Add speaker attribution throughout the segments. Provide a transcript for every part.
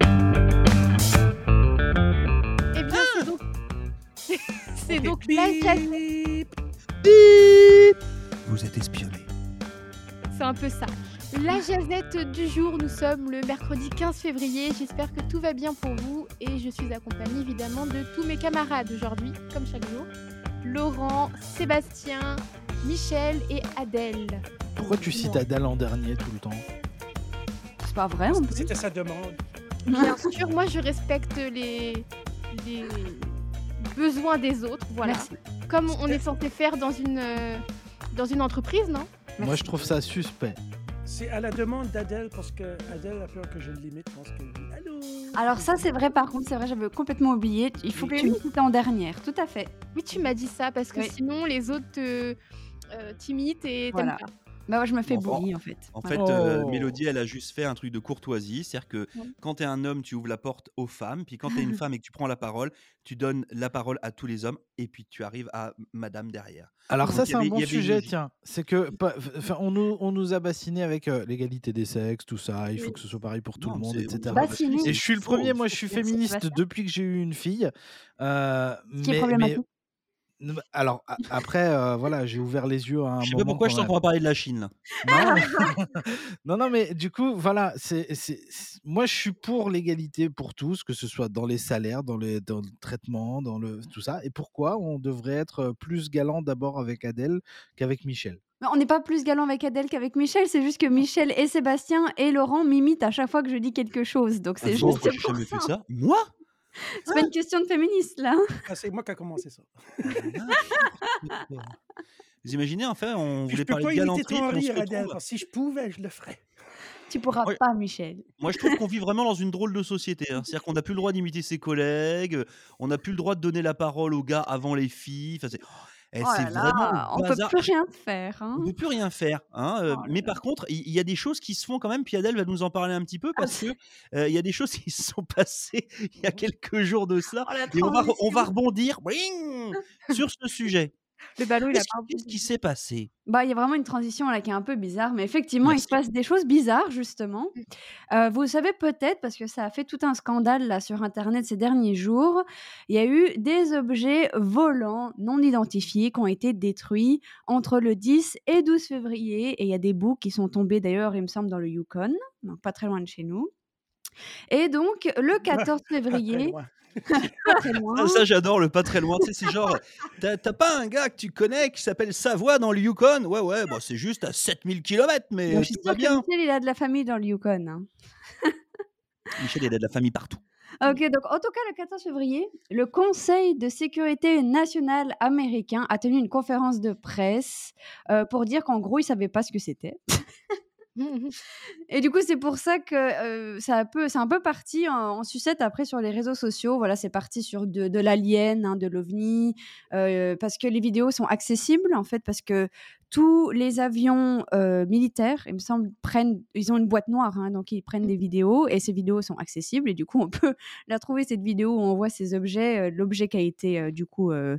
Speaker 1: Eh Ah donc là, ça-
Speaker 2: Vous êtes espionné.
Speaker 1: c'est un peu ça. La jazette du jour, nous sommes le mercredi 15 février. J'espère que tout va bien pour vous et je suis accompagnée évidemment de tous mes camarades aujourd'hui, comme chaque jour. Laurent, Sébastien, Michel et Adèle.
Speaker 2: Pourquoi tu cites Adèle en dernier tout le temps
Speaker 3: C'est pas vrai, on peut.
Speaker 4: C'était sa demande.
Speaker 1: Bien sûr, moi je respecte les, les besoins des autres, voilà.
Speaker 3: Merci.
Speaker 1: Comme on est censé faire dans une, euh, dans une entreprise, non
Speaker 2: Moi, je trouve ça suspect.
Speaker 4: C'est à la demande d'Adèle parce que Adèle a peur que je le limite parce qu'elle dit Allô
Speaker 3: Alors ça c'est vrai par contre, c'est vrai, j'avais complètement oublié. Il faut que
Speaker 4: Mais
Speaker 3: tu me quittes en dernière, tout à fait.
Speaker 1: Oui, tu m'as dit ça parce que
Speaker 3: Oui.
Speaker 1: sinon les autres te euh, t'imitent et
Speaker 3: Voilà.
Speaker 1: t'aimes
Speaker 3: Bah moi je me fais
Speaker 5: Bon,
Speaker 3: bully en fait.
Speaker 5: En
Speaker 3: Voilà.
Speaker 5: fait, euh,
Speaker 4: Oh.
Speaker 5: Mélodie, elle a juste fait un truc de courtoisie. C'est-à-dire que
Speaker 1: Ouais.
Speaker 5: quand t'es un homme, tu ouvres la porte aux femmes. Puis quand t'es une femme et que tu prends la parole, tu donnes la parole à tous les hommes. Et puis tu arrives à madame derrière.
Speaker 2: Alors
Speaker 5: Donc,
Speaker 2: ça
Speaker 5: il y
Speaker 2: c'est un
Speaker 5: avait-
Speaker 2: bon
Speaker 5: il y avait une
Speaker 2: sujet,
Speaker 5: logique.
Speaker 2: tiens. C'est que pas- enfin, on, nous, on nous a bassiné avec euh, l'égalité des sexes, tout ça, il faut
Speaker 1: Oui.
Speaker 2: que ce soit pareil pour tout
Speaker 5: Non,
Speaker 2: le monde,
Speaker 5: c'est-
Speaker 2: etc.
Speaker 3: Bah, si, nous-
Speaker 2: Et je suis le
Speaker 5: Faux,
Speaker 2: premier, moi je
Speaker 5: faux.
Speaker 2: suis
Speaker 3: Merci,
Speaker 2: féministe
Speaker 3: Sébastien.
Speaker 2: depuis que j'ai eu une fille. euh,
Speaker 3: qui est
Speaker 2: mais- mais,
Speaker 3: problématique.
Speaker 2: Non, mais- Alors a- après, euh, voilà, j'ai ouvert les yeux à un
Speaker 5: je sais
Speaker 2: moment.
Speaker 5: pas pourquoi je
Speaker 2: quand
Speaker 5: t'en crois parler de la Chine là.
Speaker 2: même. Non, non, non, mais du coup, voilà, c'est, c'est- c'est- moi je suis pour l'égalité pour tous, que ce soit dans les salaires, dans, les, dans le traitement, dans le tout ça. Et pourquoi on devrait être plus galant d'abord avec Adèle qu'avec Michel
Speaker 3: Mais On n'est pas plus galant avec Adèle qu'avec Michel, c'est juste que Michel et Sébastien et Laurent m'imitent à chaque fois que je dis quelque chose. Donc c'est
Speaker 5: Ah,
Speaker 3: juste
Speaker 5: pourquoi j'ai
Speaker 3: pour
Speaker 5: jamais
Speaker 3: ça.
Speaker 5: fait ça. Ah, Moi
Speaker 3: C'est pas une question de féministe là. hein.
Speaker 4: Ah, C'est moi qui a commencé ça.
Speaker 5: Vous imaginez, en fait, on
Speaker 4: Puis je
Speaker 5: voulait
Speaker 4: peux
Speaker 5: parler
Speaker 4: pas
Speaker 5: de
Speaker 4: éviter
Speaker 5: galanterie.
Speaker 4: ton
Speaker 5: puis on se
Speaker 4: rire, Adèle.
Speaker 5: retrouve-
Speaker 4: parce que si je pouvais, je le ferais.
Speaker 3: Tu pourras
Speaker 5: Ouais.
Speaker 3: pas Michel.
Speaker 5: Moi, je trouve qu'on vit vraiment dans une drôle de société. hein. C'est-à-dire qu'on n'a plus le droit d'imiter ses collègues, euh, on n'a plus le droit de donner la parole aux gars avant les filles. Enfin, c'est oh, eh,
Speaker 3: Oh
Speaker 5: c'est
Speaker 3: là
Speaker 5: vraiment
Speaker 3: là,
Speaker 5: le
Speaker 3: on peut
Speaker 5: bazar.
Speaker 3: plus rien faire. hein.
Speaker 5: On peut plus rien faire. hein, euh,
Speaker 3: Oh là
Speaker 5: mais par contre, il il y, a des choses qui se font quand même. Puis Adèle va nous en parler un petit
Speaker 3: Ah,
Speaker 5: peu parce que euh, il y a des choses qui se sont passées il y a quelques jours de cela.
Speaker 3: Oh, la
Speaker 5: Et on va, re- on va
Speaker 3: transition.
Speaker 5: rebondir bling, sur ce sujet.
Speaker 1: Le ballon, il a
Speaker 5: Qu'est-ce
Speaker 1: pas
Speaker 5: qu'est-ce qui s'est passé
Speaker 3: Bah, il y a vraiment une transition là qui est un peu bizarre, mais effectivement, il se
Speaker 5: Merci. Mmh.
Speaker 3: passe des choses bizarres justement. Euh, vous savez peut-être parce que ça a fait tout un scandale là sur internet ces derniers jours. Il y a eu des objets volants non identifiés qui ont été détruits entre le 10 et 12 février, et il y a des bouts qui sont tombés d'ailleurs, il me semble, dans le Yukon, donc pas très loin de chez nous. Et donc le 14
Speaker 4: Pas très
Speaker 3: février,
Speaker 4: loin.
Speaker 3: pas très loin.
Speaker 5: Ah, ça, j'adore le pas très loin. Tu sais, c'est genre, t'as t'as pas un gars que tu connais qui s'appelle Savoie dans le Yukon Ouais, ouais, bah, c'est juste à 7000 km, mais
Speaker 3: Bon,
Speaker 5: euh,
Speaker 3: je suis
Speaker 5: tout va
Speaker 3: sûre que
Speaker 5: bien.
Speaker 3: Michel, il a de la famille dans le Yukon. hein.
Speaker 5: Michel, il a de la famille partout.
Speaker 3: Ah, Ok, donc en tout cas, le 14 février, le Conseil de sécurité nationale américain a tenu une conférence de presse euh, pour dire qu'en gros, ils ne savaient pas ce que c'était.
Speaker 1: bougé.
Speaker 3: Et du coup, c'est pour ça que euh, ça a peu, c'est un peu parti en, en sucette après sur les réseaux sociaux. Voilà, c'est parti sur de, de l'alien, hein, de l'ovni, euh, parce que les vidéos sont accessibles en fait, parce que tous les avions euh, militaires, il me semble, prennent, ils ont une boîte noire, hein, donc ils prennent des vidéos et ces vidéos sont accessibles et du coup, on peut la trouver cette vidéo où on voit ces objets, euh, l'objet qui a été euh, du coup, euh,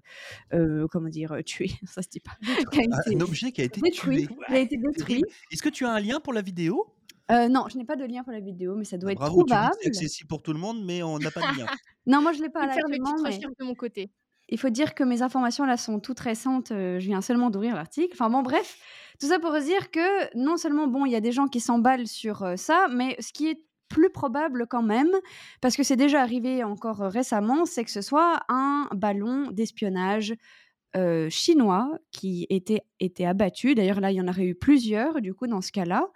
Speaker 3: euh, comment dire, euh, tué, ça se dit pas, qui a été
Speaker 5: Ah, Un objet qui a été
Speaker 3: détruit,
Speaker 5: tué.
Speaker 3: qui a été détruit.
Speaker 5: Terrible. Est-ce que tu as un lien pour la vidéo
Speaker 3: Euh, non, je n'ai pas de lien pour la vidéo, mais ça doit être
Speaker 5: Ah, Bravo, tu dis que
Speaker 3: trouvable.
Speaker 5: c'est accessible pour tout le monde, mais on n'a pas de lien.
Speaker 3: Non, moi je l'ai pas à
Speaker 1: Faire mes
Speaker 3: l'actuellement,
Speaker 1: petites
Speaker 3: mais
Speaker 1: recherches de mon côté.
Speaker 3: il faut dire que mes informations là sont toutes récentes. euh, je viens seulement d'ouvrir l'article. Enfin bon, bref, tout ça pour dire que non seulement bon, il y a des gens qui s'emballent sur euh, ça, mais ce qui est plus probable quand même, parce que c'est déjà arrivé encore euh, récemment, c'est que ce soit un ballon d'espionnage euh, chinois qui était, était abattu. D'ailleurs, là, il y en aurait eu plusieurs, du coup, dans ce cas-là.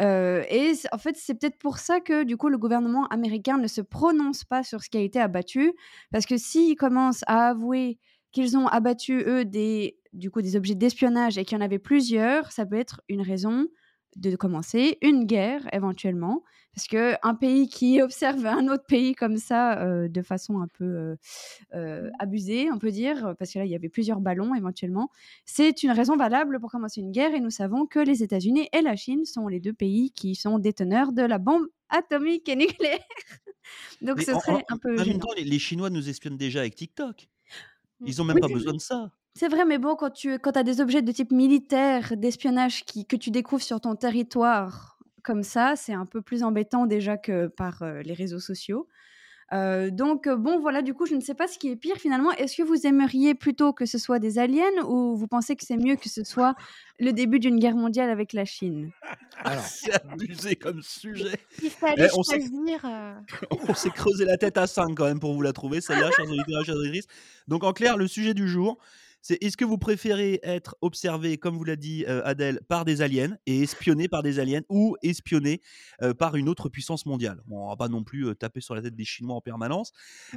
Speaker 3: Euh, et c'est- en fait, c'est peut-être pour ça que, du coup, le gouvernement américain ne se prononce pas sur ce qui a été abattu, parce que s'ils commencent à avouer qu'ils ont abattu, eux, des, du coup, des objets d'espionnage et qu'il y en avait plusieurs, ça peut être une raison de commencer une guerre éventuellement parce que un pays qui observe un autre pays comme ça euh, de façon un peu euh,
Speaker 5: Mmh.
Speaker 3: euh, abusée on peut dire parce que là il y avait plusieurs ballons éventuellement c'est une raison valable pour commencer une guerre et nous savons que les États-Unis et la Chine sont les deux pays qui sont déteneurs de la bombe atomique et nucléaire donc
Speaker 5: Mais
Speaker 3: ce
Speaker 5: en- en-
Speaker 3: serait un peu
Speaker 5: En
Speaker 3: gênant. Mmh.
Speaker 5: même temps, les, les Chinois nous espionnent déjà avec TikTok. Ils ont même
Speaker 3: Oui,
Speaker 5: pas
Speaker 3: c'est
Speaker 5: besoin de ça.
Speaker 3: C'est vrai, mais bon, quand tu quand as des objets de type militaire, d'espionnage qui, que tu découvres sur ton territoire comme ça, c'est un peu plus embêtant déjà que par euh, les réseaux sociaux. Euh, donc, euh, bon, voilà, du coup, je ne sais pas ce qui est pire finalement. Est-ce que vous aimeriez plutôt que ce soit des aliens ou vous pensez que c'est mieux que ce soit le début d'une guerre mondiale avec la Chine Ah.
Speaker 2: Alors,
Speaker 5: C'est abusé comme sujet.
Speaker 1: Il fallait
Speaker 5: Eh, on sait-
Speaker 1: choisir. euh,
Speaker 5: On s'est creusé la tête à 5 quand même pour vous la trouver, celle-là, chers auditeurs et chères auditrices. Donc en clair, le sujet du jour, c'est est-ce que vous préférez être observé, comme vous l'a dit euh, Adèle, par des aliens et espionné par des aliens ou espionné euh, par une autre puissance mondiale Bon, On va pas non plus euh, taper sur la tête des Chinois en permanence.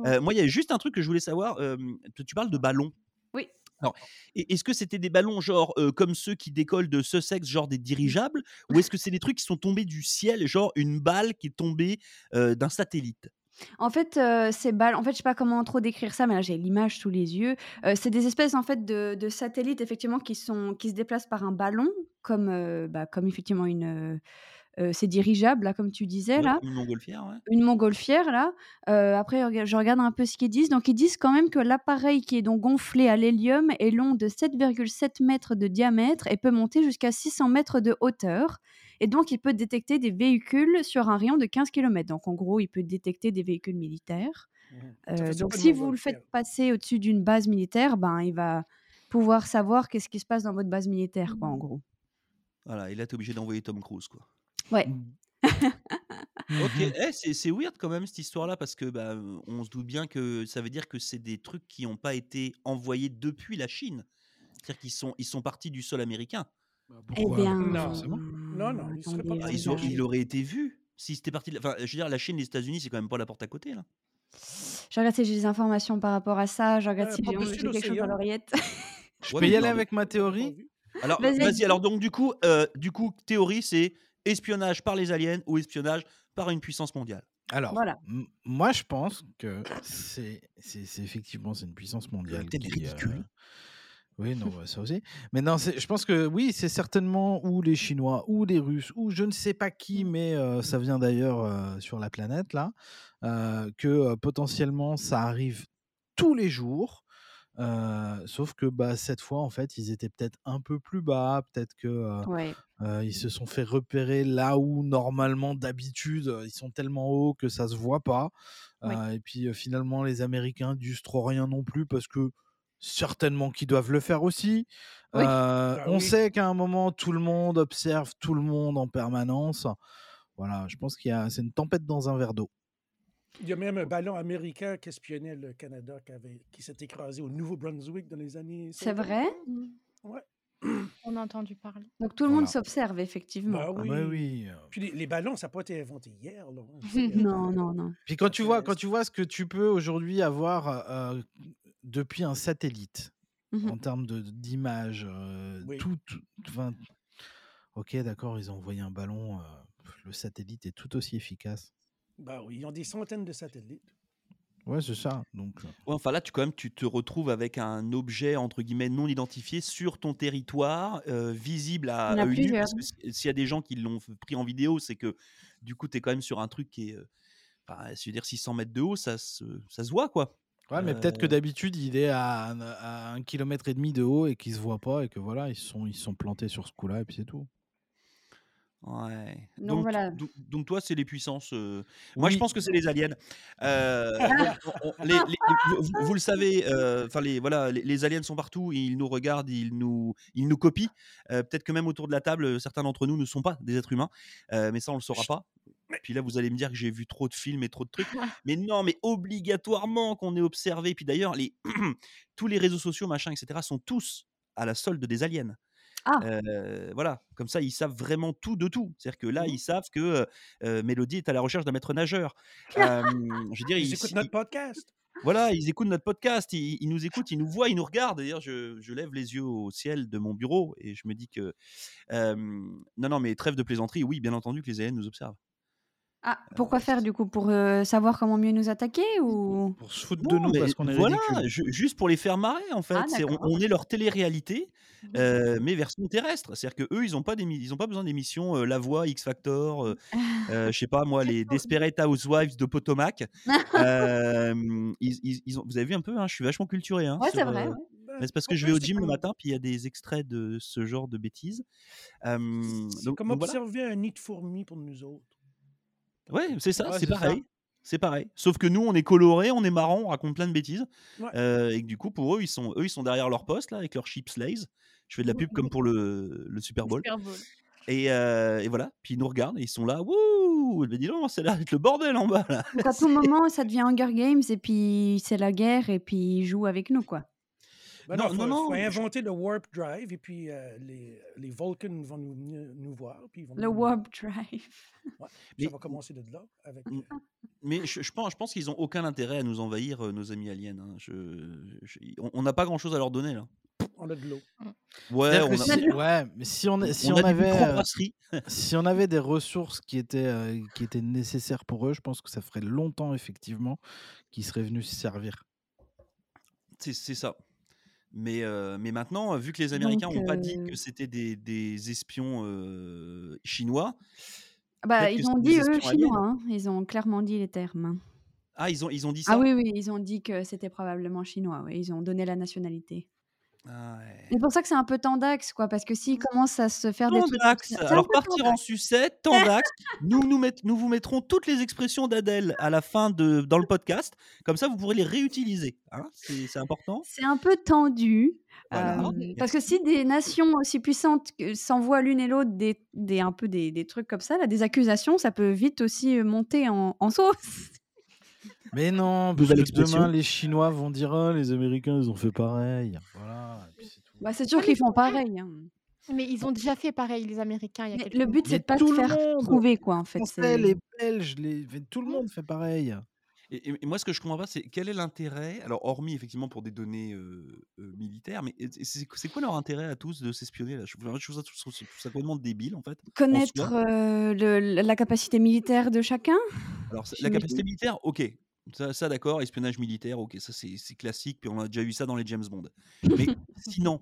Speaker 5: Euh, moi, il y a juste un truc que je voulais savoir. euh, tu- tu parles de ballons.
Speaker 3: Oui.
Speaker 5: Alors, et- est-ce que c'était des ballons genre euh, comme ceux qui décollent de Sussex, genre des dirigeables, ou est-ce que c'est des trucs qui sont tombés du ciel, genre une balle qui est tombée euh, d'un satellite
Speaker 3: En fait, euh, ces balles, en fait, je sais pas comment trop décrire ça, mais là j'ai l'image sous les yeux. Euh, c'est des espèces en fait de, de satellites effectivement qui sont qui se déplacent par un ballon, comme euh, bah, comme effectivement une euh, euh, c'est dirigeable là, comme tu disais
Speaker 5: Ouais,
Speaker 3: là,
Speaker 5: Une montgolfière, ouais.
Speaker 3: une montgolfière là. Euh, après, je rega- je regarde un peu ce qu'ils disent. Donc ils disent quand même que l'appareil qui est donc gonflé à l'hélium est long de 7,7 mètres de diamètre et peut monter jusqu'à 600 mètres de hauteur. Et donc il peut détecter des véhicules sur un rayon de 15 km. Donc en gros, il peut détecter des véhicules militaires.
Speaker 4: Mmh Ça
Speaker 3: Euh,
Speaker 4: fait
Speaker 3: donc
Speaker 4: pas de
Speaker 3: si
Speaker 4: mauvais
Speaker 3: vous le faites
Speaker 4: affaire.
Speaker 3: passer au-dessus d'une base militaire, ben il va pouvoir savoir qu'est-ce qui se passe dans votre base militaire,
Speaker 4: Mmh.
Speaker 3: quoi, en gros.
Speaker 5: Voilà, et là, t'es obligé d'envoyer Tom Cruise, quoi. Mmh.
Speaker 3: Ouais. Mmh
Speaker 5: Ok, eh, c'est c'est weird quand même cette histoire-là parce que bah, euh, on se doute bien que ça veut dire que c'est des trucs qui n'ont pas été envoyés depuis la Chine, c'est-à-dire qu'ils sont ils sont partis du sol américain.
Speaker 3: Eh
Speaker 2: pourquoi
Speaker 3: bien,
Speaker 4: Non.
Speaker 2: forcément.
Speaker 4: Non, non, il serait
Speaker 3: attendez,
Speaker 4: pas
Speaker 5: Ah,
Speaker 4: parti.
Speaker 5: ils ont-
Speaker 3: regarde.
Speaker 5: il aurait été vu si c'était parti. de la- Enfin, je veux dire, la Chine, les États-Unis, c'est quand même pas la porte à côté là.
Speaker 3: Je regarde si j'ai des informations par rapport à ça. Je regarde
Speaker 4: Euh,
Speaker 3: si j'ai
Speaker 4: par-dessus
Speaker 3: j'ai quelque chose
Speaker 4: l'océan.
Speaker 3: dans l'oreillette.
Speaker 2: Je
Speaker 5: Ouais,
Speaker 2: peux
Speaker 5: mais
Speaker 2: y aller
Speaker 5: non,
Speaker 2: avec ma théorie
Speaker 5: Alors
Speaker 3: Vas-y,
Speaker 5: vas-y.
Speaker 3: vas-y.
Speaker 5: alors donc du coup, euh, du coup, théorie, c'est espionnage par les aliens ou espionnage par une puissance mondiale.
Speaker 2: Alors,
Speaker 3: Voilà.
Speaker 2: m- moi, je pense que c'est c'est- c'est effectivement c'est une puissance mondiale.
Speaker 5: Peut-être
Speaker 2: qui, euh,
Speaker 5: ridicule.
Speaker 2: Oui, non, bah, ça aussi. Mais non, c'est- je pense que oui, c'est certainement ou les Chinois, ou les Russes, ou je ne sais pas
Speaker 5: Mmh.
Speaker 2: qui, mais euh, ça vient d'ailleurs euh, sur la planète, là, euh, que euh, potentiellement ça arrive tous les jours. euh, sauf que bah, cette fois, en fait, ils étaient peut-être un peu plus bas, peut-être que euh,
Speaker 3: Ouais.
Speaker 2: euh, ils se sont fait repérer là où normalement d'habitude euh, ils sont tellement hauts que ça se voit pas.
Speaker 3: Oui.
Speaker 2: Euh, et puis euh, finalement les Américains disent trop rien non plus parce que certainement qu'ils doivent le faire aussi.
Speaker 3: Oui.
Speaker 2: Euh,
Speaker 4: Bah
Speaker 2: on
Speaker 4: oui.
Speaker 2: sait qu'à un moment tout le monde observe tout le monde en permanence. Voilà, je pense qu'il y a c'est une tempête dans un verre d'eau.
Speaker 4: Il y a même un ballon américain qui espionnait le Canada qui, avait- qui s'est écrasé au Nouveau-Brunswick dans les années.
Speaker 3: C'est
Speaker 4: 50.
Speaker 3: vrai
Speaker 1: Mmh. On a entendu parler.
Speaker 3: Donc tout le monde
Speaker 2: Voilà.
Speaker 3: s'observe, effectivement.
Speaker 4: Bah oui.
Speaker 2: Ah bah oui. euh,
Speaker 4: Puis les, les ballons, ça n'a pas été inventé hier. Là.
Speaker 3: Non, non, non.
Speaker 2: Puis quand
Speaker 4: Ça
Speaker 2: tu
Speaker 4: fait-
Speaker 2: vois quand tu vois ce que tu peux aujourd'hui avoir euh, depuis un satellite,
Speaker 3: Mhm.
Speaker 2: en termes de- d'image, euh,
Speaker 4: Oui.
Speaker 2: tout, tout- enfin, ok, d'accord, ils ont envoyé un ballon. euh, le satellite est tout aussi efficace.
Speaker 4: Bah oui, ils ont des centaines de satellites.
Speaker 2: Ouais, c'est ça. Donc, euh,
Speaker 5: Ouais, enfin là, tu quand même, tu te retrouves avec un objet entre guillemets non identifié sur ton territoire, euh, visible à,
Speaker 3: Il y en a
Speaker 5: à œil nu,
Speaker 3: plusieurs.
Speaker 5: parce que si- s'il y a des gens qui l'ont f- pris en vidéo, c'est que du coup, tu es quand même sur un truc qui est, euh, enfin, je veux dire, 600 mètres de haut, ça se, ça se voit quoi.
Speaker 2: ouais, mais peut-être que
Speaker 5: Euh,
Speaker 2: d'habitude, il est à, un- à un kilomètre et demi de haut et qu'il se voit pas et que voilà, ils se sont, ils se sont plantés sur ce coup-là et puis c'est tout.
Speaker 5: Ouais.
Speaker 3: Donc,
Speaker 5: donc,
Speaker 3: voilà.
Speaker 5: do- donc, toi, c'est les puissances. euh, Moi, je
Speaker 2: Oui.
Speaker 5: pense que c'est les aliens. Euh, on- on- les- les- vous, vous- vous le savez, euh, enfin les voilà, les, les aliens sont partout. Ils nous regardent, ils nous, ils nous copient. Euh, Peut-être que même autour de la table, euh, certains d'entre nous ne sont pas des êtres humains, Euh, mais ça, on le saura pas. Puis là, vous allez me dire que j'ai vu trop de films et trop de trucs. Mais non, mais obligatoirement qu'on est observé. Puis d'ailleurs, les tous les réseaux sociaux, machin, etc., sont tous à la solde des aliens.
Speaker 3: Ah.
Speaker 5: Euh, voilà, comme ça ils savent vraiment tout de tout. C'est-à-dire que
Speaker 4: Mmh
Speaker 5: là ils savent que euh, euh, Mélodie est à la recherche d'un maître nageur. Euh, je veux dire,
Speaker 4: Ils
Speaker 5: ils-
Speaker 4: écoutent
Speaker 5: ils-
Speaker 4: notre podcast.
Speaker 5: voilà, ils écoutent notre podcast, ils, ils nous écoutent, ils nous voient, ils nous regardent. D'ailleurs, je, je lève les yeux au ciel de mon bureau et je me dis que euh, non, non, mais trêve de plaisanterie. Oui, bien entendu que les aliens nous observent.
Speaker 3: Ah, pourquoi faire du coup Pour euh, savoir comment mieux nous attaquer ou...
Speaker 2: Pour se foutre de
Speaker 5: Non,
Speaker 2: nous
Speaker 5: mais
Speaker 2: parce qu'on est
Speaker 5: voilà,
Speaker 2: ridicule.
Speaker 5: ju- juste pour les faire marrer en fait.
Speaker 3: Ah,
Speaker 5: C'est- on,
Speaker 3: d'accord.
Speaker 5: on est leur télé-réalité, euh, mais version terrestre. C'est-à-dire que eux, ils n'ont pas, d'émi- ils ont pas besoin d'émissions euh, La Voix, X Factor, euh, euh, je sais pas moi, les Desperate Housewives de Potomac. Euh, ils- ils- ils ont- vous avez vu un peu, hein, je suis vachement culturé. hein,
Speaker 3: Ouais, c'est
Speaker 5: sur,
Speaker 3: vrai.
Speaker 5: euh,
Speaker 3: ouais.
Speaker 4: Ben,
Speaker 5: Mais c'est parce
Speaker 4: pour
Speaker 5: que je
Speaker 4: eux,
Speaker 5: vais au
Speaker 4: c'est
Speaker 5: gym le
Speaker 4: comme-
Speaker 5: matin, puis il y a des extraits de ce genre de bêtises. Euh,
Speaker 4: C'est
Speaker 5: donc,
Speaker 4: comme
Speaker 5: donc voilà.
Speaker 4: observer un nid de fourmis pour nous autres.
Speaker 5: Ouais, c'est ça,
Speaker 2: Ouais,
Speaker 5: c'est
Speaker 2: c'est ça.
Speaker 5: pareil. C'est pareil. Sauf que nous, on est coloré, on est marrant, on raconte plein de bêtises.
Speaker 4: Ouais.
Speaker 5: Euh, et que du coup, pour eux, ils sont, eux, ils sont derrière leur poste, là, avec leur chips lays. Je fais de la pub comme pour le, le Super Bowl.
Speaker 1: Super Bowl.
Speaker 5: Et, euh, et voilà. Puis ils nous regardent et ils sont là. Wouh Ben dis donc, c'est là, le bordel en bas, là.
Speaker 3: Donc à tout moment, ça devient Hunger Games et puis c'est la guerre et puis ils jouent avec nous, quoi.
Speaker 4: Ben
Speaker 5: Non,
Speaker 4: non, faut,
Speaker 5: non, non,
Speaker 4: faut
Speaker 5: je-
Speaker 4: inventer le warp drive et puis euh, les, les Vulcans vont nous, venir- nous voir. Puis ils vont
Speaker 3: Le
Speaker 4: nous-
Speaker 3: Warp Drive.
Speaker 4: Ça
Speaker 5: Mais-
Speaker 4: va commencer de là. Avec,
Speaker 5: Mm.
Speaker 4: euh,
Speaker 5: Mais je, je pense, je pense qu'ils ont aucun intérêt à nous envahir, euh, nos amis aliens. hein. Je- je- on- on n'a pas grand chose à leur donner, là.
Speaker 4: on a de l'eau.
Speaker 5: Ouais,
Speaker 2: C'est-à-dire
Speaker 5: on
Speaker 2: que
Speaker 5: a,
Speaker 2: si- ouais, mais si on, si
Speaker 5: on
Speaker 2: on,
Speaker 5: a des
Speaker 2: avait, euh,
Speaker 5: microbrasseries.
Speaker 2: si on avait des ressources qui étaient, euh, qui étaient nécessaires pour eux, je pense que ça ferait longtemps, effectivement, qu'ils seraient venus s'y servir.
Speaker 5: C'est c'est ça. Mais, euh, mais maintenant, vu que les Américains
Speaker 3: Donc,
Speaker 5: n'ont pas dit
Speaker 3: euh,
Speaker 5: que c'était des, des espions euh, chinois,
Speaker 3: Ah Bah,
Speaker 5: Peut-être que
Speaker 3: ils
Speaker 5: ce
Speaker 3: ont
Speaker 5: sont des
Speaker 3: dit, eux,
Speaker 5: espions aliens.
Speaker 3: chinois. hein. Ils ont clairement dit les termes.
Speaker 5: ah, ils ont, ils ont dit ça
Speaker 3: Ah oui, oui, ils ont dit que c'était probablement chinois. oui, Ils ont donné la nationalité.
Speaker 5: Ah ouais.
Speaker 3: C'est pour ça que c'est un peu tendax, quoi, parce que s'ils commencent à se faire des trucs...
Speaker 5: Tandax.
Speaker 3: c'est un
Speaker 5: Alors
Speaker 3: peu
Speaker 5: partir en
Speaker 3: tendax.
Speaker 5: sucette, Tandax. nous, nous, met- nous vous mettrons toutes les expressions d'Adèle à la fin de dans le podcast. Comme ça, vous pourrez les réutiliser. hein. C'est c'est important.
Speaker 3: C'est un peu tendu.
Speaker 5: Voilà.
Speaker 3: euh,
Speaker 5: Merci.
Speaker 3: parce que si des nations aussi puissantes que- s'envoient l'une et l'autre des, des, un peu des, des trucs comme ça, là, des accusations, ça peut vite aussi euh, monter en, en sauce.
Speaker 2: Mais non, parce
Speaker 5: Nouvelle
Speaker 2: que
Speaker 5: expression.
Speaker 2: demain, les Chinois vont dire Ah, les Américains, ils ont fait pareil. Voilà. et puis c'est tout.
Speaker 3: Bah, c'est sûr
Speaker 1: Ouais,
Speaker 3: qu'ils
Speaker 1: mais
Speaker 3: font
Speaker 1: c'est vrai.
Speaker 3: pareil. hein.
Speaker 1: Mais ils ont déjà fait pareil, les Américains, il y a
Speaker 3: Mais
Speaker 1: quelques
Speaker 3: le but,
Speaker 2: Mais
Speaker 3: c'est de pas
Speaker 2: tout
Speaker 3: se
Speaker 2: le
Speaker 3: faire
Speaker 2: monde.
Speaker 3: trouver, quoi, en fait.
Speaker 2: Les
Speaker 3: c'est-
Speaker 2: Français, les Belges, les... mais tout le monde fait pareil.
Speaker 5: Et, et- et moi, ce que je comprends pas, c'est quel est l'intérêt Alors, hormis effectivement pour des données euh, euh, militaires, mais et- et c'est c'est quoi leur intérêt à tous de s'espionner là je, je trouve ça, je trouve ça- je trouve ça complètement débile en fait.
Speaker 3: Connaître euh, le- la capacité militaire de chacun.
Speaker 5: Alors, c'est- la
Speaker 3: J'imagine.
Speaker 5: capacité militaire, ok. Ça, ça, d'accord, espionnage militaire, ok, ça c'est c'est classique, puis on a déjà vu ça dans les James Bond. Mais sinon.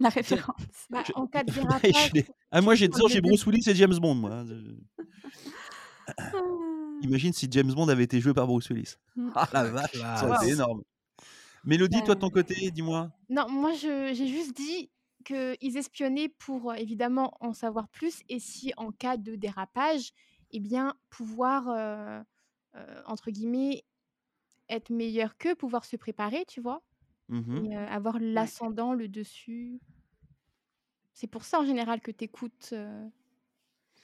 Speaker 3: La référence.
Speaker 1: Bah,
Speaker 5: Je-
Speaker 1: En cas de
Speaker 5: je
Speaker 1: dérapage,
Speaker 5: l'ai- ah, moi j'ai
Speaker 1: prends
Speaker 5: ça,
Speaker 1: le
Speaker 5: j'ai
Speaker 1: début.
Speaker 5: Bruce Willis et James Bond, moi. hein, Je-
Speaker 3: Ah.
Speaker 5: Imagine si James Bond avait été joué par Bruce Willis.
Speaker 3: Mm.
Speaker 5: Ah la vache, ça aurait
Speaker 2: Classe.
Speaker 5: été énorme. Mélodie,
Speaker 3: Bah,
Speaker 5: toi de ton côté, dis-moi.
Speaker 1: Non, moi, je- j'ai juste dit qu'ils espionnaient pour, euh, évidemment, en savoir plus et si, en cas de dérapage, eh bien, pouvoir, euh, euh, entre guillemets, être meilleur qu'eux, pouvoir se préparer, tu vois,
Speaker 5: Mhm.
Speaker 1: et, euh, avoir l'ascendant, le dessus. C'est pour ça, en général, que tu écoutes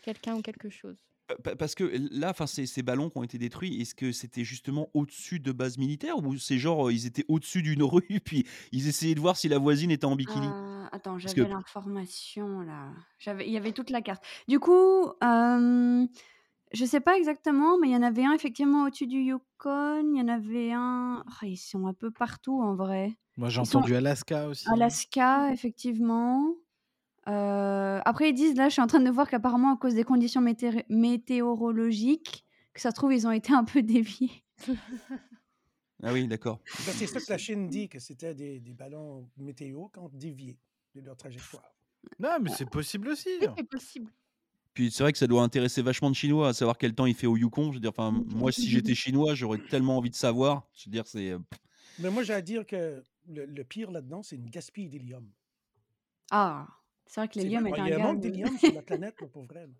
Speaker 1: quelqu'un ou quelque chose.
Speaker 5: Pa- pa- Parce que là, enfin, ces, ces ballons qui ont été détruits, est-ce que c'était justement au-dessus de bases militaires ou c'est genre euh, ils étaient au-dessus d'une rue puis ils essayaient de voir si la voisine était en bikini
Speaker 3: Ah, attends,
Speaker 5: Parce
Speaker 3: j'avais
Speaker 5: que-
Speaker 3: l'information là. J'avais, il y avait toute la carte. Du coup, euh, je sais pas exactement, mais il y en avait un effectivement au-dessus du Yukon. Il y en avait un. Ah, ils sont un peu partout en vrai.
Speaker 2: Moi, j'ai
Speaker 3: Ils sont-
Speaker 2: entendu Alaska aussi.
Speaker 3: Alaska, effectivement. Euh, après, ils disent là, je suis en train de voir qu'apparemment à cause des conditions météor- météorologiques, que ça se trouve ils ont été un peu déviés.
Speaker 5: Ah oui, d'accord.
Speaker 4: Ben, c'est ça que la Chine dit, que c'était des, des ballons météo qui ont dévié de leur trajectoire.
Speaker 2: Non, mais c'est possible aussi.
Speaker 1: Oui, c'est possible.
Speaker 5: Puis c'est vrai que ça doit intéresser vachement de Chinois à savoir quel temps il fait au Yukon. Je veux dire, enfin, moi si j'étais Chinois, j'aurais tellement envie de savoir. Je veux dire, c'est euh,
Speaker 4: Mais moi, j'ai à dire que le, le pire là-dedans, c'est une gaspille d'hélium.
Speaker 3: Ah, c'est vrai que
Speaker 4: C'est-
Speaker 3: l'hélium est un
Speaker 4: Il y a un
Speaker 3: gaz,
Speaker 4: manque
Speaker 3: euh,
Speaker 4: d'hélium sur la planète, là, pour vrai. là.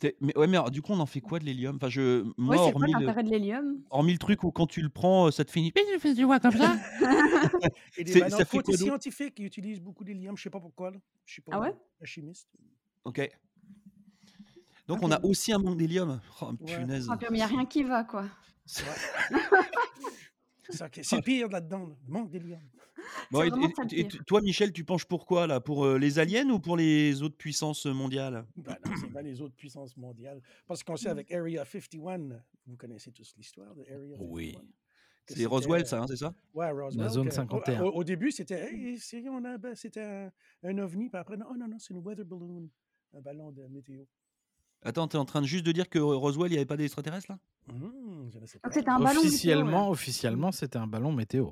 Speaker 5: t'es- Mais ouais, mais alors, du coup, on en fait quoi de l'hélium Enfin, je, moi,
Speaker 3: Ouais, c'est quoi
Speaker 5: hormis, le,
Speaker 3: l'intérêt de l'hélium
Speaker 5: hormis le truc où quand tu le prends, euh, ça te finit. Tu vois comme ça
Speaker 4: Et
Speaker 5: C'est-
Speaker 4: des ballons
Speaker 5: ça fait
Speaker 4: côté
Speaker 5: quoi d'autre
Speaker 4: scientifiques, ils utilisent beaucoup d'hélium, je sais pas pourquoi. Là. Je suis pas
Speaker 3: Ah ouais
Speaker 4: un chimiste.
Speaker 5: Ok. Donc on a aussi un manque d'hélium. Oh, punaise.
Speaker 3: Ah, puis, mais il n'y a rien qui va, quoi.
Speaker 4: C'est ça qui est- c'est le pire là-dedans, là, le manque d'hélium.
Speaker 5: Bon,
Speaker 3: C'est
Speaker 5: et-
Speaker 3: vraiment
Speaker 5: et-
Speaker 3: ça le
Speaker 5: et
Speaker 3: pire.
Speaker 5: toi, Michel, tu penches pour quoi là Pour euh, les aliens ou pour les autres puissances mondiales
Speaker 4: Ben non, c'est pas les autres puissances mondiales. Parce qu'on sait avec Area 51, vous connaissez tous l'histoire de Area 51.
Speaker 5: Oui.
Speaker 4: que
Speaker 5: C'est
Speaker 4: c'était,
Speaker 5: Roswell,
Speaker 4: euh,
Speaker 5: ça, hein, c'est ça
Speaker 4: Ouais, Roswell.
Speaker 2: zone
Speaker 4: que- au-
Speaker 2: 51.
Speaker 4: Au, au début, c'était hey, c'est- on a- ben, c'était un, un ovni, puis après, non, oh non, non, c'est une weather balloon, un ballon de météo.
Speaker 5: Attends, t'es en train de juste de dire que Roswell, il n'y avait pas d'extraterrestres là
Speaker 4: Hum, je ne sais
Speaker 3: Donc,
Speaker 4: pas.
Speaker 3: c'était Ah, un ballon. météo, hein. ouais.
Speaker 2: officiellement, officiellement, c'était un ballon météo.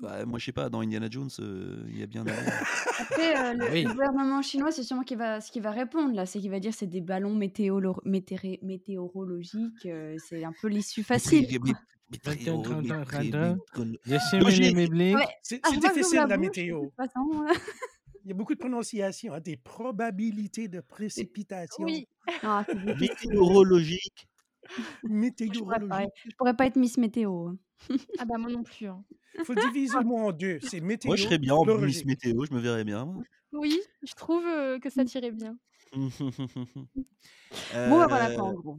Speaker 5: bah, Moi, je sais pas. Dans Indiana Jones, euh, il y a bien. un alien.
Speaker 3: Après, euh, le,
Speaker 2: Oui.
Speaker 3: le gouvernement chinois, c'est sûrement qu'il va, ce qu'il va répondre là, c'est qu'il va dire c'est des ballons météolo- météré- météorologiques, euh, c'est un peu l'issue facile. quoi.
Speaker 5: Logique.
Speaker 4: C'est
Speaker 3: Ah,
Speaker 4: c'est
Speaker 3: moi, j'ouvre
Speaker 4: difficile, la
Speaker 3: bouche,
Speaker 4: météo.
Speaker 3: de toute façon, ouais.
Speaker 4: Il y a beaucoup de prononciations, hein, des probabilités de précipitation.
Speaker 1: Oui,
Speaker 3: Ah, c'est difficile.
Speaker 5: Météorologique.
Speaker 3: Ah, Je pourrais pas,
Speaker 4: Météorologie.
Speaker 3: je pourrais pas être Miss Météo.
Speaker 1: Ah bah moi non plus. hein.
Speaker 4: Il faut diviser le mot en deux. C'est météo.
Speaker 5: Moi, je serais bien en
Speaker 4: biologie.
Speaker 5: Miss Météo, je me verrais bien. moi.
Speaker 1: Oui, je trouve euh, que ça tirait bien.
Speaker 3: Bon, bah, voilà
Speaker 5: Euh,
Speaker 3: quoi, en gros.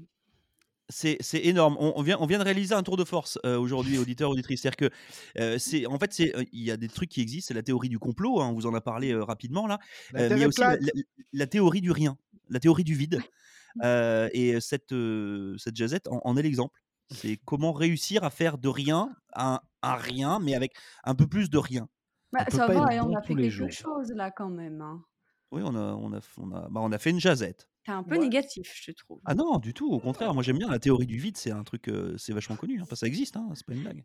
Speaker 5: C'est c'est énorme. On, on vient, on vient de réaliser un tour de force euh, aujourd'hui, auditeurs, auditrices. C'est-à-dire que, euh, c'est- en fait, c'est, euh, il y a des trucs qui existent. C'est la théorie du complot. hein, on vous en a parlé euh, rapidement là.
Speaker 2: La
Speaker 5: Euh, mais
Speaker 2: Terre
Speaker 5: il y
Speaker 2: est
Speaker 5: a aussi la,
Speaker 2: plate.
Speaker 5: la- la théorie du rien, la théorie du vide. Euh, et cette, euh, cette jazette en, en est l'exemple. C'est comment réussir à faire de rien un, un rien, mais avec un peu plus de rien.
Speaker 3: Bah,
Speaker 2: peut
Speaker 3: ça
Speaker 2: pas
Speaker 3: va,
Speaker 2: être
Speaker 3: hein,
Speaker 2: bon
Speaker 3: on a
Speaker 2: tous
Speaker 3: fait
Speaker 2: les
Speaker 3: quelque
Speaker 2: jours.
Speaker 3: chose là quand même. hein.
Speaker 5: Oui, on a, on a, on a, bah, on a fait une jazette.
Speaker 3: T'es un peu
Speaker 4: Ouais.
Speaker 3: négatif, je te trouve.
Speaker 5: Ah non, du tout, au contraire. Moi, j'aime bien la théorie du vide. C'est un truc, euh, c'est vachement connu. hein. Enfin, ça existe, hein, c'est pas une blague.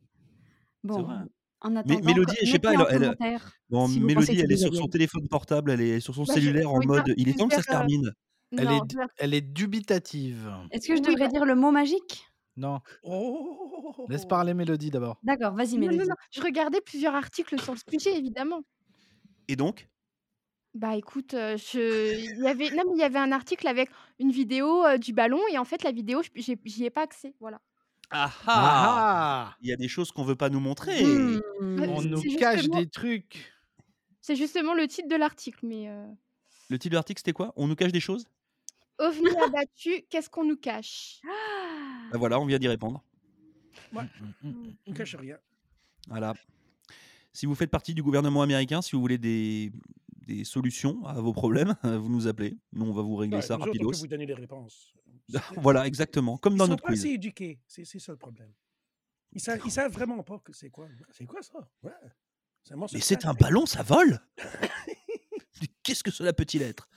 Speaker 3: Bon,
Speaker 5: vrai.
Speaker 3: en attendant,
Speaker 5: Mélodie,
Speaker 3: co-
Speaker 5: je sais pas,
Speaker 3: mettez en
Speaker 5: elle- elle-
Speaker 3: commentaire.
Speaker 5: Bon,
Speaker 3: Si vous pensez
Speaker 5: Mélodie,
Speaker 3: que
Speaker 5: elle est
Speaker 3: c'est
Speaker 5: sur
Speaker 3: une
Speaker 5: son
Speaker 3: blague.
Speaker 5: téléphone portable, elle est sur son
Speaker 1: Bah, je-
Speaker 5: cellulaire en
Speaker 1: oui,
Speaker 5: mode
Speaker 1: non,
Speaker 5: il est temps que ça se
Speaker 1: plusieurs, euh,
Speaker 5: termine.
Speaker 2: Elle
Speaker 1: non,
Speaker 2: est, elle est dubitative.
Speaker 3: Est-ce que je
Speaker 1: Oui,
Speaker 3: devrais
Speaker 1: bah-
Speaker 3: dire le mot magique
Speaker 2: Non,
Speaker 4: Oh!
Speaker 2: laisse parler Mélodie d'abord.
Speaker 3: D'accord, vas-y,
Speaker 1: Non, non,
Speaker 3: Mélodie.
Speaker 1: non, Je regardais plusieurs articles sur le sujet, évidemment.
Speaker 5: Et donc
Speaker 1: Bah écoute, euh, je... il y avait non mais il y avait un article avec une vidéo euh, du ballon et en fait la vidéo je- j'ai- j'y ai pas accès, voilà.
Speaker 5: Ah ah
Speaker 2: Ah,
Speaker 5: Il y a des choses qu'on veut pas nous montrer.
Speaker 3: Hmm.
Speaker 2: On
Speaker 1: C'est
Speaker 2: nous
Speaker 1: justement-
Speaker 2: cache des trucs.
Speaker 1: C'est justement le titre de l'article, mais euh,
Speaker 5: Le titre de l'article, c'était quoi On nous cache des choses
Speaker 1: OVNI abattu, qu'est-ce qu'on nous cache
Speaker 5: Bah Voilà, on vient d'y répondre.
Speaker 4: On cache rien.
Speaker 5: Voilà. Si vous faites partie du gouvernement américain, si vous voulez des, des solutions à vos problèmes, vous nous appelez. Nous, on va vous régler
Speaker 4: Ouais,
Speaker 5: ça
Speaker 4: nous autres,
Speaker 5: rapidos.
Speaker 4: on peut vous donner les réponses.
Speaker 5: voilà, exactement. Comme
Speaker 4: Ils
Speaker 5: dans
Speaker 4: sont
Speaker 5: notre
Speaker 4: pas assez
Speaker 5: quiz.
Speaker 4: éduqués. C'est c'est ça le problème. Ils savent, ils savent vraiment pas que c'est quoi. C'est quoi ça? Ouais. C'est un monstre
Speaker 5: Mais
Speaker 4: de
Speaker 5: c'est
Speaker 4: terre.
Speaker 5: un ballon, ça vole Qu'est-ce que cela peut-il être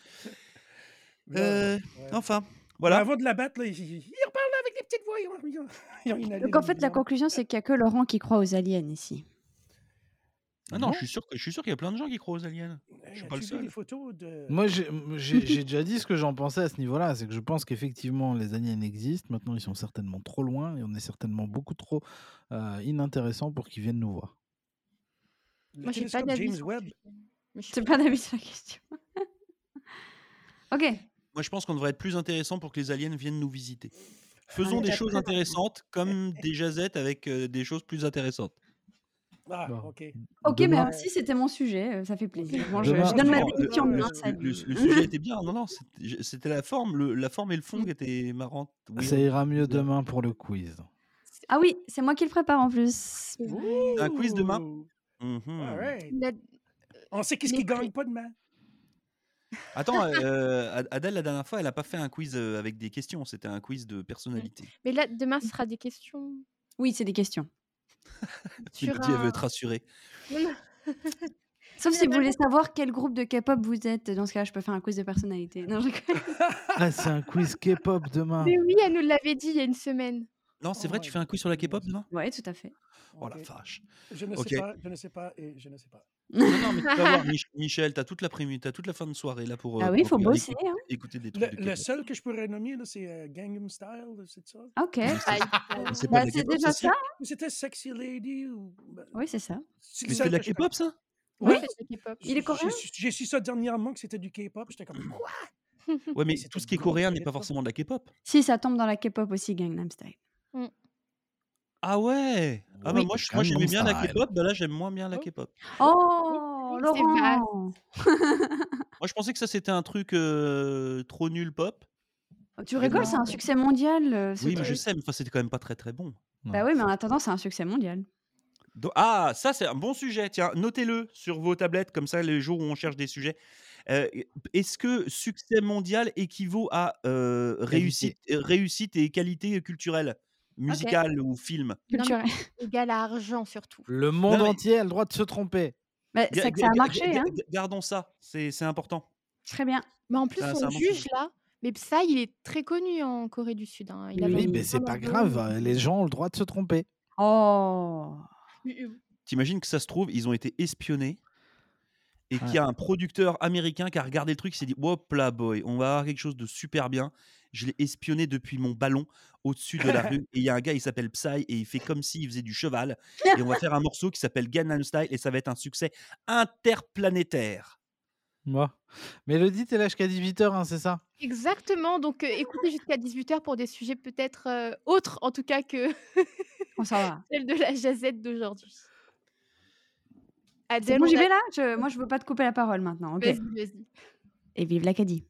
Speaker 4: Ouais,
Speaker 5: Euh,
Speaker 4: ouais.
Speaker 5: Enfin, voilà.
Speaker 4: Avant de la battre, là, ils, ils ils reparlent avec des petites voix. ils ont- ils ont- ils ont inhalé
Speaker 3: Donc en
Speaker 4: les
Speaker 3: fait, la
Speaker 4: blancs.
Speaker 3: conclusion, c'est qu'il n'y a que Laurent qui croit aux aliens ici.
Speaker 5: Ah non, je suis sûr que- je suis sûr qu'il y a plein de gens qui croient aux aliens.
Speaker 4: Hey,
Speaker 5: je
Speaker 4: Eh,
Speaker 5: suis
Speaker 4: as-tu
Speaker 5: pas le
Speaker 4: vu
Speaker 5: seul.
Speaker 4: les photos de.
Speaker 2: Moi, j'ai- j'ai j'ai déjà dit ce que j'en pensais à ce niveau-là. C'est que je pense qu'effectivement, les aliens existent. Maintenant, ils sont certainement trop loin et on est certainement beaucoup trop euh, inintéressants pour qu'ils viennent nous voir.
Speaker 4: le
Speaker 1: Moi j'ai pas
Speaker 4: télescope
Speaker 1: d'avis.
Speaker 4: James
Speaker 1: sur
Speaker 4: Webb.
Speaker 1: le sujet. Mais je-
Speaker 3: C'est pas d'avis sur la question. ok.
Speaker 5: Moi, je pense qu'on devrait être plus intéressant pour que les aliens viennent nous visiter. Faisons
Speaker 4: Ah,
Speaker 3: Ouais,
Speaker 5: des
Speaker 3: t'as
Speaker 5: choses
Speaker 3: très
Speaker 5: intéressantes comme des jazettes avec euh, des choses plus intéressantes.
Speaker 4: Ah,
Speaker 2: Bon.
Speaker 4: ok.
Speaker 3: Ok,
Speaker 2: Demain-
Speaker 3: mais si c'était mon sujet, euh, ça fait plaisir. Bon, je,
Speaker 2: Demain-
Speaker 3: je donne ma
Speaker 5: Non, le-
Speaker 3: démission.
Speaker 5: le,
Speaker 3: hein,
Speaker 5: le-
Speaker 3: salut.
Speaker 5: le- le sujet était bien. Non, non, c'était- je- c'était la forme, le- la forme et le fond qui étaient marrantes. Oui,
Speaker 2: Ça ira mieux demain pour le quiz.
Speaker 3: Ah oui, c'est moi qui le prépare en plus.
Speaker 5: Un quiz demain
Speaker 4: Ouh,
Speaker 5: mhm.
Speaker 4: all right.
Speaker 1: La-
Speaker 4: On sait qu'est-ce
Speaker 1: Mais
Speaker 4: qui
Speaker 1: pré-
Speaker 4: gagne pas demain.
Speaker 5: Attends, euh, Ad- Adèle, la dernière fois, elle n'a pas fait un quiz euh, avec des questions. C'était un quiz de personnalité.
Speaker 1: Mais là demain ce sera des questions
Speaker 3: Oui, c'est des questions.
Speaker 1: sur
Speaker 5: Mélodie, elle veut
Speaker 1: un-
Speaker 5: être rassurée.
Speaker 1: Non, non,
Speaker 3: Sauf
Speaker 1: Il y
Speaker 3: si
Speaker 1: en
Speaker 3: vous
Speaker 1: a
Speaker 3: voulez savoir quel groupe de K-pop vous êtes. Dans ce cas, je peux faire un quiz de personnalité. Non, je rigole.
Speaker 2: Ah, c'est un quiz K-pop demain.
Speaker 1: Mais oui, elle nous l'avait dit il y a une semaine.
Speaker 5: Non, c'est
Speaker 4: Oh,
Speaker 5: vrai, tu
Speaker 4: ouais.
Speaker 5: fais un quiz sur la K-pop demain
Speaker 3: Ouais, tout à fait.
Speaker 5: Oh la
Speaker 4: Ok.
Speaker 5: vache.
Speaker 4: Je ne
Speaker 5: Ok.
Speaker 4: sais pas, je ne sais pas et je ne sais pas.
Speaker 5: Non, non, mais tu vas voir, Mich- Michel, t'as toute l'après-midi, t'as toute la fin de soirée là pour. euh,
Speaker 3: ah oui,
Speaker 5: pour
Speaker 3: faut
Speaker 5: regarder,
Speaker 3: bosser. hein.
Speaker 5: Écouter des
Speaker 4: Le,
Speaker 5: trucs. de
Speaker 4: le
Speaker 5: K-pop.
Speaker 4: seul que je pourrais nommer, là, c'est euh, Gangnam Style, c'est ça?
Speaker 3: Ok.
Speaker 1: Ah,
Speaker 5: C'est
Speaker 3: Bah,
Speaker 5: pas de la
Speaker 3: c'est
Speaker 5: K-pop,
Speaker 3: déjà
Speaker 5: c'est-
Speaker 3: ça.
Speaker 4: Ou C'était Sexy Lady ou. ben,
Speaker 3: Oui, c'est ça.
Speaker 4: c'est le
Speaker 5: Mais c'est
Speaker 4: seul
Speaker 5: de la
Speaker 4: que je
Speaker 5: K-pop, ça
Speaker 4: connais.
Speaker 1: oui,
Speaker 4: Ouais.
Speaker 1: c'est du K-pop.
Speaker 3: Il est
Speaker 4: J'ai-
Speaker 3: coréen
Speaker 4: j'ai- J'ai su ça dernièrement que c'était du K-pop. J'étais comme quoi
Speaker 5: Ouais, mais
Speaker 4: c'est
Speaker 5: tout
Speaker 4: un
Speaker 5: ce qui est
Speaker 4: gros
Speaker 5: coréen n'est
Speaker 4: projet
Speaker 5: pas
Speaker 4: de pop.
Speaker 5: forcément de la K-pop.
Speaker 3: Si, ça tombe dans la K-pop aussi, Gangnam Style.
Speaker 5: Ah ouais Ah bah
Speaker 2: Oui.
Speaker 5: moi, je- moi
Speaker 2: Gangnam
Speaker 5: j'aimais bien la
Speaker 2: Style.
Speaker 5: K-pop, bah là j'aime moins bien la
Speaker 4: Oh.
Speaker 5: K-pop.
Speaker 3: Oh,
Speaker 1: oui, c'est vaste.
Speaker 3: Laurent
Speaker 5: Moi je pensais que ça c'était un truc euh, trop nul pop.
Speaker 3: Tu rigoles, c'est un succès mondial. euh, ce
Speaker 5: Oui, mais
Speaker 3: truc.
Speaker 5: je sais, mais enfin c'était quand même pas très très bon.
Speaker 3: Bah oui, mais en attendant, c'est un succès mondial.
Speaker 5: Donc- ah, ça c'est un bon sujet, tiens, notez-le sur vos tablettes, comme ça les jours où on cherche des sujets. Euh, Est-ce que succès mondial équivaut à euh, réussite, euh, réussite et qualité culturelle, musicale ou film
Speaker 1: Non, mais
Speaker 3: Culturel.
Speaker 1: égal à argent surtout.
Speaker 2: Le monde
Speaker 5: Non, mais-
Speaker 2: entier a le droit de se tromper.
Speaker 3: Bah,
Speaker 5: Ga-
Speaker 3: c'est que
Speaker 5: ga-
Speaker 3: ça a
Speaker 5: ga-
Speaker 3: marché,
Speaker 5: ga-
Speaker 3: hein.
Speaker 5: ga- Gardons ça, c'est c'est important.
Speaker 3: Très bien.
Speaker 1: Mais en plus
Speaker 5: Ah, c'est un
Speaker 1: on
Speaker 5: bon
Speaker 1: juge
Speaker 5: sujet.
Speaker 1: là, mais ça il est très connu en Corée du Sud hein. Il a
Speaker 3: Oui,
Speaker 2: Oui,
Speaker 1: vendu
Speaker 2: mais c'est
Speaker 1: plein
Speaker 2: pas
Speaker 1: d'albums.
Speaker 2: grave. hein, Les gens ont le droit de se tromper.
Speaker 3: Oh
Speaker 1: Oui, oui.
Speaker 5: T'imagines que ça se trouve, ils ont été espionnés et qu'il y a un producteur américain qui a regardé le truc, il s'est dit Hop là, boy, on va avoir quelque chose de super bien. Je l'ai espionné depuis mon ballon au-dessus de la rue. Et il y a un gars, il s'appelle Psy et il fait comme s'il faisait du cheval. Et on va faire un morceau qui s'appelle Gangnam Style et ça va être un succès interplanétaire.
Speaker 2: Moi. Mélodie, t'es là jusqu'à 18h, hein, c'est ça
Speaker 1: Exactement. Donc, euh, écoutez jusqu'à 18h pour des sujets peut-être euh, autres, en tout cas, que
Speaker 3: On s'en va.
Speaker 1: celle de la jazette d'aujourd'hui.
Speaker 3: C'est
Speaker 1: Adèle,
Speaker 3: bon,
Speaker 1: on
Speaker 3: j'y
Speaker 1: a-
Speaker 3: vais là Je- Moi, je veux pas te couper la parole maintenant. ok
Speaker 1: Vas-y, vas-y.
Speaker 3: Et vive l'Acadie.